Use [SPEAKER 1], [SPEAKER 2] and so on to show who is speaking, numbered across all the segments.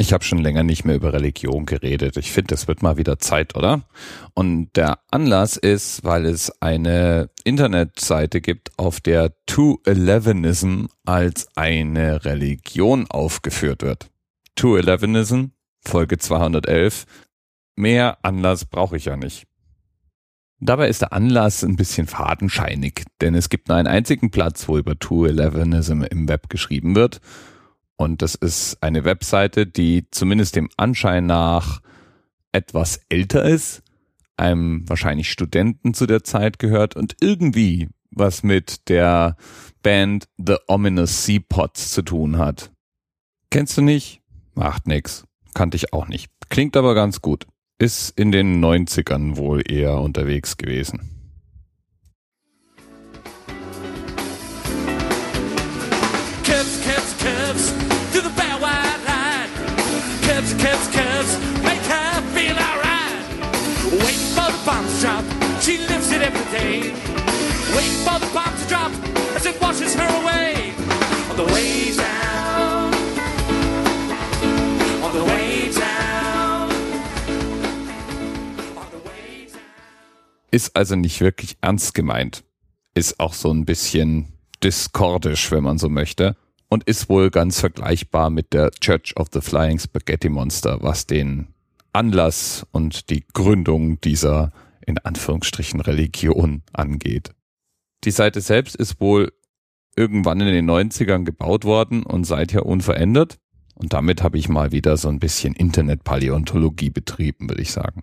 [SPEAKER 1] Ich habe schon länger nicht mehr über Religion geredet. Ich finde, es wird mal wieder Zeit, oder? Und der Anlass ist, weil es eine Internetseite gibt, auf der 211ism als eine Religion aufgeführt wird. 211ism, Folge 211. Mehr Anlass brauche ich ja nicht. Dabei ist der Anlass ein bisschen fadenscheinig, denn es gibt nur einen einzigen Platz, wo über 211ism im Web geschrieben wird. Und das ist eine Webseite, die zumindest dem Anschein nach etwas älter ist, einem wahrscheinlich Studenten zu der Zeit gehört und irgendwie was mit der Band The Ominous Seapots zu tun hat. Kennst du nicht? Macht nix. Kannte ich auch nicht. Klingt aber ganz gut. Ist in den 90ern wohl eher unterwegs gewesen.
[SPEAKER 2] Cubs, Cubs, Cubs, to the bad white line. Cubs, Cubs, Cubs, make her feel alright. Wait for the bomb to drop, she lives it every day. Wait for the bomb to drop as it washes her away. On the way down, on the way down, on the way down.
[SPEAKER 1] Ist also nicht wirklich ernst gemeint. Ist auch so ein bisschen diskordisch, wenn man so möchte. Und ist wohl ganz vergleichbar mit der Church of the Flying Spaghetti Monster, was den Anlass und die Gründung dieser in Anführungsstrichen Religion angeht. Die Seite selbst ist wohl irgendwann in den 90ern gebaut worden und seither unverändert. Und damit habe ich mal wieder so ein bisschen Internetpaläontologie betrieben, würde ich sagen.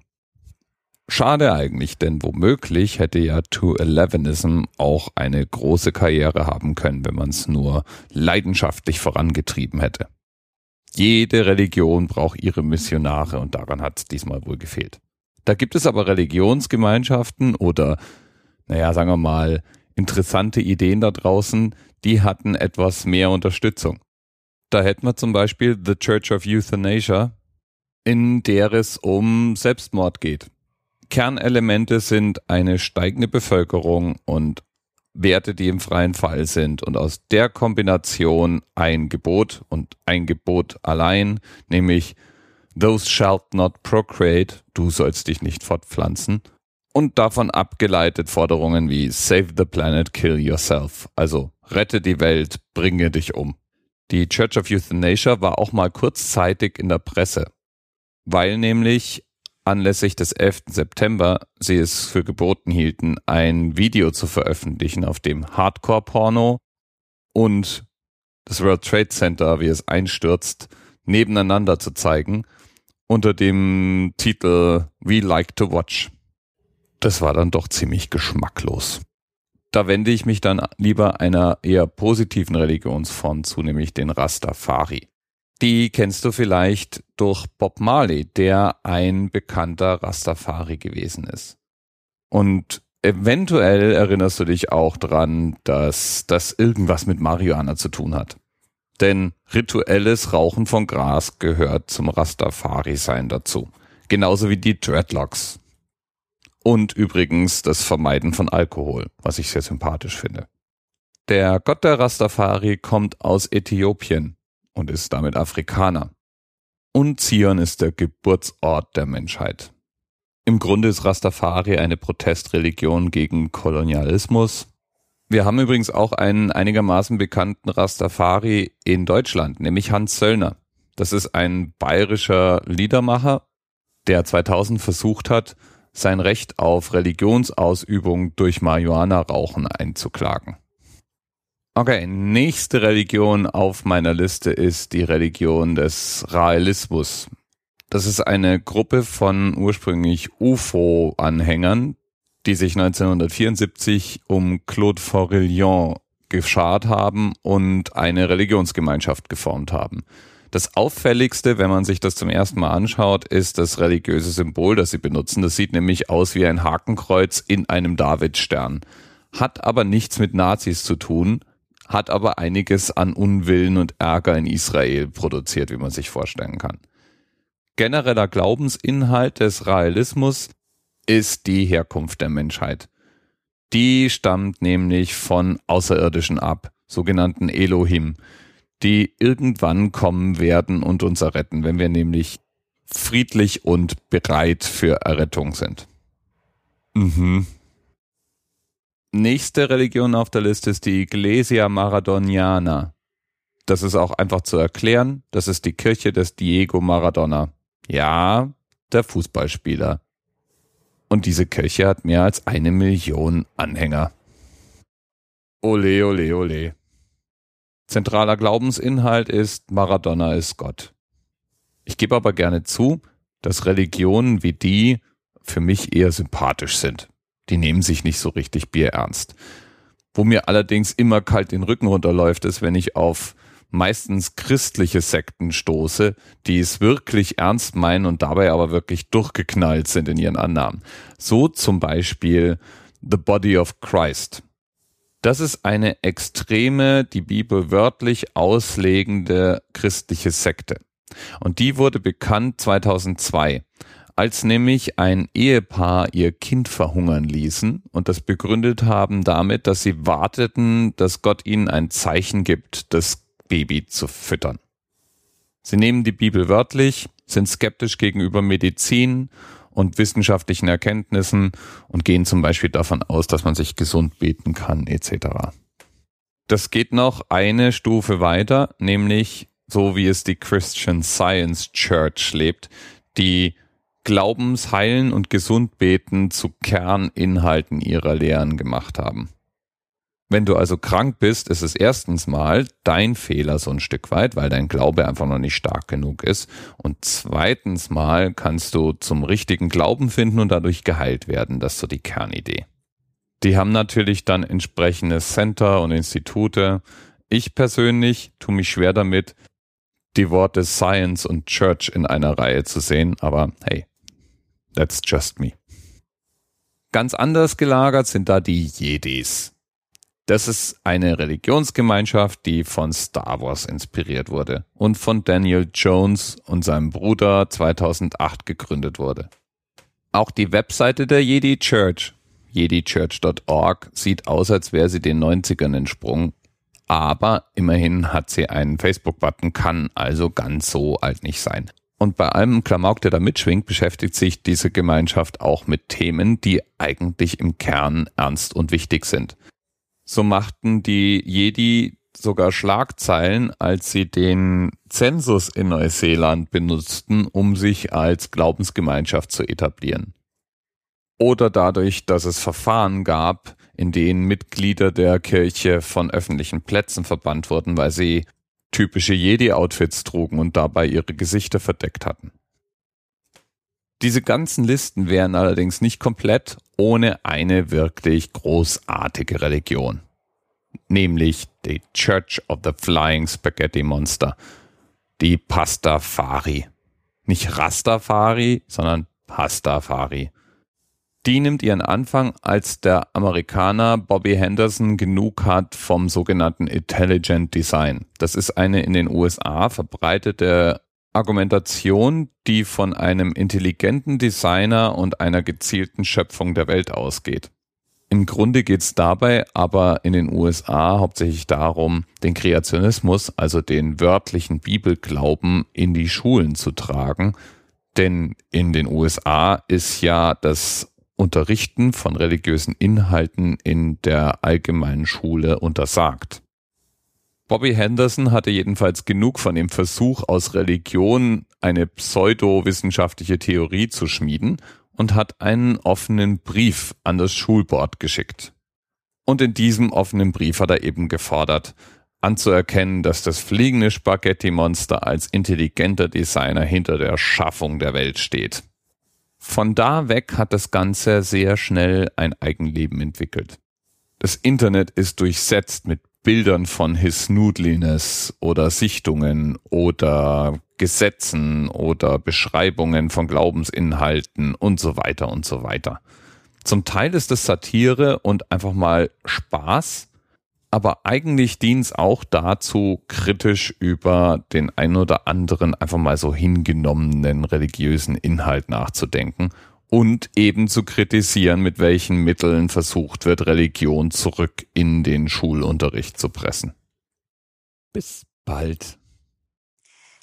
[SPEAKER 1] Schade eigentlich, denn womöglich hätte ja 211ism auch eine große Karriere haben können, wenn man es nur leidenschaftlich vorangetrieben hätte. Jede Religion braucht ihre Missionare und daran hat es diesmal wohl gefehlt. Da gibt es aber Religionsgemeinschaften oder, naja, sagen wir mal, interessante Ideen da draußen, die hatten etwas mehr Unterstützung. Da hätten wir zum Beispiel The Church of Euthanasia, in der es um Selbstmord geht. Kernelemente sind eine steigende Bevölkerung und Werte, die im freien Fall sind und aus der Kombination ein Gebot und ein Gebot allein, nämlich Those shalt not procreate, du sollst dich nicht fortpflanzen, und davon abgeleitet Forderungen wie Save the planet, kill yourself, also rette die Welt, bringe dich um. Die Church of Euthanasia war auch mal kurzzeitig in der Presse, weil nämlich anlässlich des 11. September sie es für geboten hielten, ein Video zu veröffentlichen, auf dem Hardcore-Porno und das World Trade Center, wie es einstürzt, nebeneinander zu zeigen, unter dem Titel We Like to Watch. Das war dann doch ziemlich geschmacklos. Da wende ich mich dann lieber einer eher positiven Religionsform zu, nämlich den Rastafari. Die kennst du vielleicht durch Bob Marley, der ein bekannter Rastafari gewesen ist. Und eventuell erinnerst du dich auch dran, dass das irgendwas mit Marihuana zu tun hat. Denn rituelles Rauchen von Gras gehört zum Rastafari-Sein dazu. Genauso wie die Dreadlocks. Und übrigens das Vermeiden von Alkohol, was ich sehr sympathisch finde. Der Gott der Rastafari kommt aus Äthiopien und ist damit Afrikaner. Und Zion ist der Geburtsort der Menschheit. Im Grunde ist Rastafari eine Protestreligion gegen Kolonialismus. Wir haben übrigens auch einen einigermaßen bekannten Rastafari in Deutschland, nämlich Hans Söllner. Das ist ein bayerischer Liedermacher, der 2000 versucht hat, sein Recht auf Religionsausübung durch Marihuana-Rauchen einzuklagen. Okay, nächste Religion auf meiner Liste ist die Religion des Raelismus. Das ist eine Gruppe von ursprünglich UFO-Anhängern, die sich 1974 um Claude Forillon geschart haben und eine Religionsgemeinschaft geformt haben. Das auffälligste, wenn man sich das zum ersten Mal anschaut, ist das religiöse Symbol, das sie benutzen. Das sieht nämlich aus wie ein Hakenkreuz in einem Davidstern. Hat aber nichts mit Nazis zu tun, hat aber einiges an Unwillen und Ärger in Israel produziert, wie man sich vorstellen kann. Genereller Glaubensinhalt des Raelismus ist die Herkunft der Menschheit. Die stammt nämlich von Außerirdischen ab, sogenannten Elohim, die irgendwann kommen werden und uns erretten, wenn wir nämlich friedlich und bereit für Errettung sind. Mhm. Nächste Religion auf der Liste ist die Iglesia Maradoniana. Das ist auch einfach zu erklären. Das ist die Kirche des Diego Maradona. Ja, der Fußballspieler. Und diese Kirche hat mehr als eine Million Anhänger. Ole, ole, ole. Zentraler Glaubensinhalt ist, Maradona ist Gott. Ich gebe aber gerne zu, dass Religionen wie die für mich eher sympathisch sind. Die nehmen sich nicht so richtig bierernst. Wo mir allerdings immer kalt den Rücken runterläuft, ist, wenn ich auf meistens christliche Sekten stoße, die es wirklich ernst meinen und dabei aber wirklich durchgeknallt sind in ihren Annahmen. So zum Beispiel The Body of Christ. Das ist eine extreme, die Bibel wörtlich auslegende christliche Sekte. Und die wurde bekannt 2002, als nämlich ein Ehepaar ihr Kind verhungern ließen und das begründet haben damit, dass sie warteten, dass Gott ihnen ein Zeichen gibt, das Baby zu füttern. Sie nehmen die Bibel wörtlich, sind skeptisch gegenüber Medizin und wissenschaftlichen Erkenntnissen und gehen zum Beispiel davon aus, dass man sich gesund beten kann etc. Das geht noch eine Stufe weiter, nämlich so wie es die Christian Science Church lebt, die Glaubensheilen und Gesundbeten zu Kerninhalten ihrer Lehren gemacht haben. Wenn du also krank bist, ist es erstens mal dein Fehler so ein Stück weit, weil dein Glaube einfach noch nicht stark genug ist. Und zweitens mal kannst du zum richtigen Glauben finden und dadurch geheilt werden. Das ist so die Kernidee. Die haben natürlich dann entsprechende Center und Institute. Ich persönlich tue mich schwer damit, die Worte Science und Church in einer Reihe zu sehen, aber hey, that's just me. Ganz anders gelagert sind da die Jedis. Das ist eine Religionsgemeinschaft, die von Star Wars inspiriert wurde und von Daniel Jones und seinem Bruder 2008 gegründet wurde. Auch die Webseite der Jedi Church, jedichurch.org, sieht aus, als wäre sie den 90ern entsprungen. Aber immerhin hat sie einen Facebook-Button, kann also ganz so alt nicht sein. Und bei allem Klamauk, der da mitschwingt, beschäftigt sich diese Gemeinschaft auch mit Themen, die eigentlich im Kern ernst und wichtig sind. So machten die Jedi sogar Schlagzeilen, als sie den Zensus in Neuseeland benutzten, um sich als Glaubensgemeinschaft zu etablieren. Oder dadurch, dass es Verfahren gab, in denen Mitglieder der Kirche von öffentlichen Plätzen verbannt wurden, weil sie typische Jedi-Outfits trugen und dabei ihre Gesichter verdeckt hatten. Diese ganzen Listen wären allerdings nicht komplett ohne eine wirklich großartige Religion, nämlich die Church of the Flying Spaghetti Monster, die Pastafari. Nicht Rastafari, sondern Pastafari. Die nimmt ihren Anfang, als der Amerikaner Bobby Henderson genug hat vom sogenannten Intelligent Design. Das ist eine in den USA verbreitete Argumentation, die von einem intelligenten Designer und einer gezielten Schöpfung der Welt ausgeht. Im Grunde geht es dabei aber in den USA hauptsächlich darum, den Kreationismus, also den wörtlichen Bibelglauben, in die Schulen zu tragen. Denn in den USA ist ja das Unterrichten von religiösen Inhalten in der allgemeinen Schule untersagt. Bobby Henderson hatte jedenfalls genug von dem Versuch, aus Religion eine pseudowissenschaftliche Theorie zu schmieden und hat einen offenen Brief an das Schulboard geschickt. Und in diesem offenen Brief hat er eben gefordert, anzuerkennen, dass das fliegende Spaghetti-Monster als intelligenter Designer hinter der Schaffung der Welt steht. Von da weg hat das Ganze sehr schnell ein Eigenleben entwickelt. Das Internet ist durchsetzt mit Bildern von His Noodliness oder Sichtungen oder Gesetzen oder Beschreibungen von Glaubensinhalten und so weiter und so weiter. Zum Teil ist es Satire und einfach mal Spaß, aber eigentlich dient es auch dazu, kritisch über den ein oder anderen einfach mal so hingenommenen religiösen Inhalt nachzudenken und eben zu kritisieren, mit welchen Mitteln versucht wird, Religion zurück in den Schulunterricht zu pressen. Bis Bald.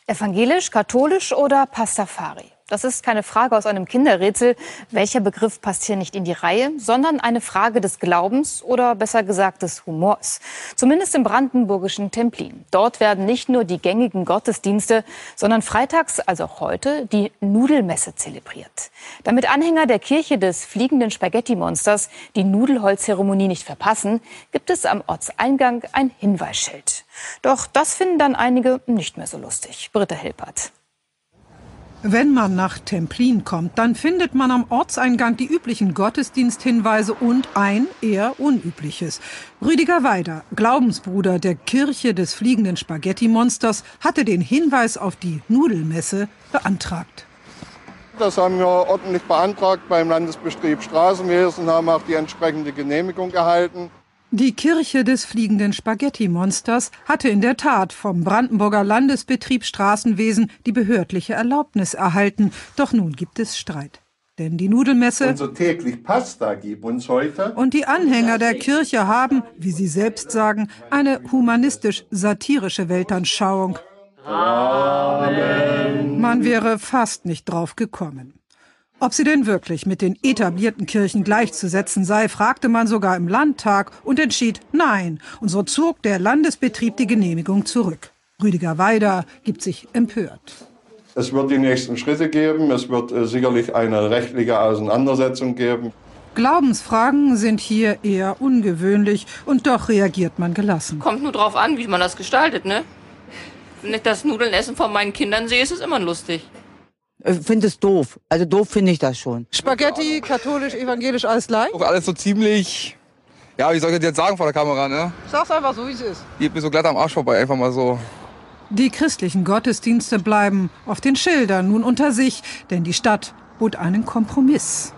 [SPEAKER 3] Evangelisch, katholisch oder Pastafari? Das ist keine Frage aus einem Kinderrätsel. Welcher Begriff passt hier nicht in die Reihe, sondern eine Frage des Glaubens oder besser gesagt des Humors. Zumindest im brandenburgischen Templin. Dort werden nicht nur die gängigen Gottesdienste, sondern freitags, also auch heute, die Nudelmesse zelebriert. Damit Anhänger der Kirche des fliegenden Spaghetti-Monsters die Nudelholzzeremonie nicht verpassen, gibt es am Ortseingang ein Hinweisschild. Doch das finden dann einige nicht mehr so lustig. Britta Hilpert.
[SPEAKER 4] Wenn man nach Templin kommt, dann findet man am Ortseingang die üblichen Gottesdiensthinweise und ein eher unübliches. Rüdiger Weider, Glaubensbruder der Kirche des fliegenden Spaghetti-Monsters, hatte den Hinweis auf die Nudelmesse beantragt.
[SPEAKER 5] Das haben wir ordentlich beantragt beim Landesbetrieb Straßenwesen, haben auch die entsprechende Genehmigung erhalten.
[SPEAKER 4] Die Kirche des fliegenden Spaghetti-Monsters hatte in der Tat vom Brandenburger Landesbetrieb Straßenwesen die behördliche Erlaubnis erhalten. Doch nun gibt es Streit. Denn die Nudelmesse
[SPEAKER 5] Unser täglich Pasta gib uns heute.
[SPEAKER 4] und die Anhänger der Kirche haben, wie sie selbst sagen, eine humanistisch-satirische Weltanschauung. Man wäre fast nicht drauf gekommen. Ob sie denn wirklich mit den etablierten Kirchen gleichzusetzen sei, fragte man sogar im Landtag und entschied nein. Und so zog der Landesbetrieb die Genehmigung zurück. Rüdiger Weider gibt sich empört.
[SPEAKER 5] Es wird die nächsten Schritte geben. Es wird äh, sicherlich eine rechtliche Auseinandersetzung geben.
[SPEAKER 4] Glaubensfragen sind hier eher ungewöhnlich und doch reagiert man gelassen.
[SPEAKER 6] Kommt nur drauf an, wie man das gestaltet, ne? Wenn ich das Nudeln essen von meinen Kindern sehe, ist es immer lustig.
[SPEAKER 7] finde Äh, es doof. Also doof finde ich das schon.
[SPEAKER 4] Spaghetti, katholisch, evangelisch, alles gleich?
[SPEAKER 8] auch alles so ziemlich. Ja, wie soll ich das jetzt sagen vor der Kamera, ne?
[SPEAKER 4] Sag's einfach so, wie es ist.
[SPEAKER 8] Geht mir so glatt am Arsch vorbei, einfach mal so.
[SPEAKER 4] Die christlichen Gottesdienste bleiben auf den Schildern nun unter sich, denn die Stadt bot einen Kompromiss.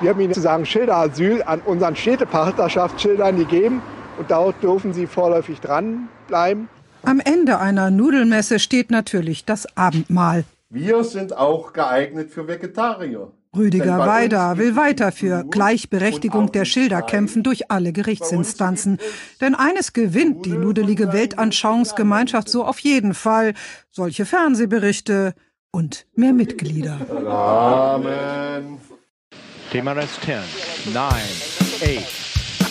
[SPEAKER 9] Wir haben ihnen sozusagen Schilderasyl an unseren Städtepartnerschaftsschildern gegeben und dort dürfen sie vorläufig dranbleiben.
[SPEAKER 4] Am Ende einer Nudelmesse steht natürlich das Abendmahl.
[SPEAKER 5] Wir sind auch geeignet für Vegetarier. Denn
[SPEAKER 4] Rüdiger
[SPEAKER 5] bei uns
[SPEAKER 4] Weider
[SPEAKER 5] gibt
[SPEAKER 4] will
[SPEAKER 5] es
[SPEAKER 4] weiter für
[SPEAKER 5] nur und
[SPEAKER 4] Gleichberechtigung
[SPEAKER 5] auch
[SPEAKER 4] der
[SPEAKER 5] nicht
[SPEAKER 4] Schilder
[SPEAKER 5] rein.
[SPEAKER 4] kämpfen durch alle Gerichtsinstanzen. Denn eines gewinnt die nudelige Weltanschauungsgemeinschaft so auf jeden Fall. Solche Fernsehberichte und mehr Mitglieder.
[SPEAKER 5] Amen.
[SPEAKER 10] TMRS 10, 9, 8.